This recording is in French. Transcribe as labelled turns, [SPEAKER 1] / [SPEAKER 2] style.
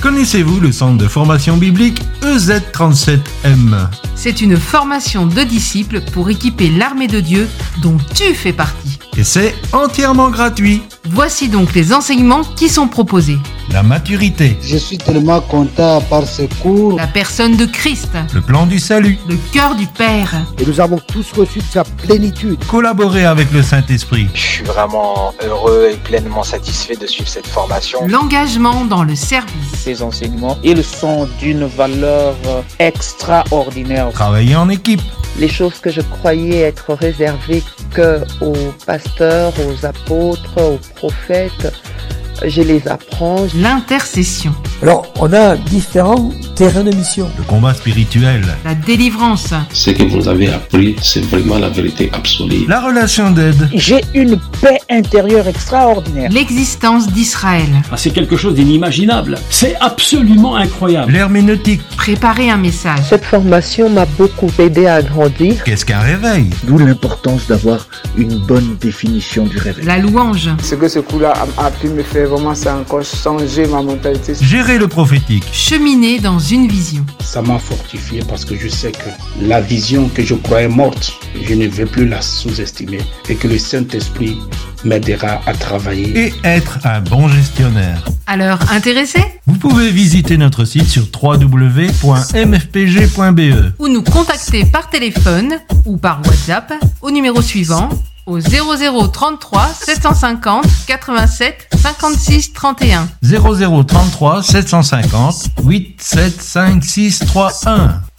[SPEAKER 1] Connaissez-vous le centre de formation biblique E EZ37M
[SPEAKER 2] C'est une formation de disciples pour équiper l'armée de Dieu dont tu fais partie.
[SPEAKER 1] Et c'est entièrement gratuit.
[SPEAKER 2] Voici donc les enseignements qui sont proposés.
[SPEAKER 1] La maturité,
[SPEAKER 3] Je suis tellement content par ce cours.
[SPEAKER 2] La personne de Christ,
[SPEAKER 1] le plan du salut,
[SPEAKER 2] le cœur du Père,
[SPEAKER 4] et nous avons tous reçu de sa plénitude.
[SPEAKER 1] collaborer avec le Saint-Esprit,
[SPEAKER 5] Je suis vraiment heureux et pleinement satisfait de suivre cette formation.
[SPEAKER 2] l'engagement dans le service,
[SPEAKER 6] ces enseignements. Ils sont d'une valeur euh, extraordinaire.
[SPEAKER 1] travailler en équipe,
[SPEAKER 7] les choses que je croyais être réservées que aux pasteurs, aux apôtres, aux prophètes, je les apprends.
[SPEAKER 2] l'intercession,
[SPEAKER 4] Alors, on a différents terrains de mission.
[SPEAKER 1] le combat spirituel,
[SPEAKER 2] la délivrance,
[SPEAKER 8] Ce que vous avez appris, c'est vraiment la vérité absolue.
[SPEAKER 1] la relation d'aide,
[SPEAKER 6] J'ai une paix intérieure extraordinaire.
[SPEAKER 2] l'existence d'Israël,
[SPEAKER 9] Ah, c'est quelque chose d'inimaginable. C'est absolument incroyable.
[SPEAKER 1] l'herméneutique.
[SPEAKER 2] préparer un message,
[SPEAKER 7] Cette formation m'a beaucoup aidé à grandir.
[SPEAKER 1] Qu'est-ce qu'un réveil
[SPEAKER 10] D'où l'importance d'avoir une bonne définition du réveil.
[SPEAKER 2] la louange,
[SPEAKER 3] Ce que ce cours-là a, a pu me faire, vraiment, ça a encore changé ma mentalité.
[SPEAKER 1] Gérer le prophétique,
[SPEAKER 2] cheminer dans une vision,
[SPEAKER 8] Ça m'a fortifié parce que je sais que la vision que je croyais morte, je ne vais plus la sous-estimer et que le Saint-Esprit m'aidera à travailler
[SPEAKER 1] et être un bon gestionnaire.
[SPEAKER 2] Alors, intéressé
[SPEAKER 1] Vous pouvez visiter notre site sur www.mfpg.be.
[SPEAKER 2] Ou nous contacter par téléphone ou par WhatsApp au numéro suivant au 00 33 750 87 56 31.
[SPEAKER 1] 0033 750 875631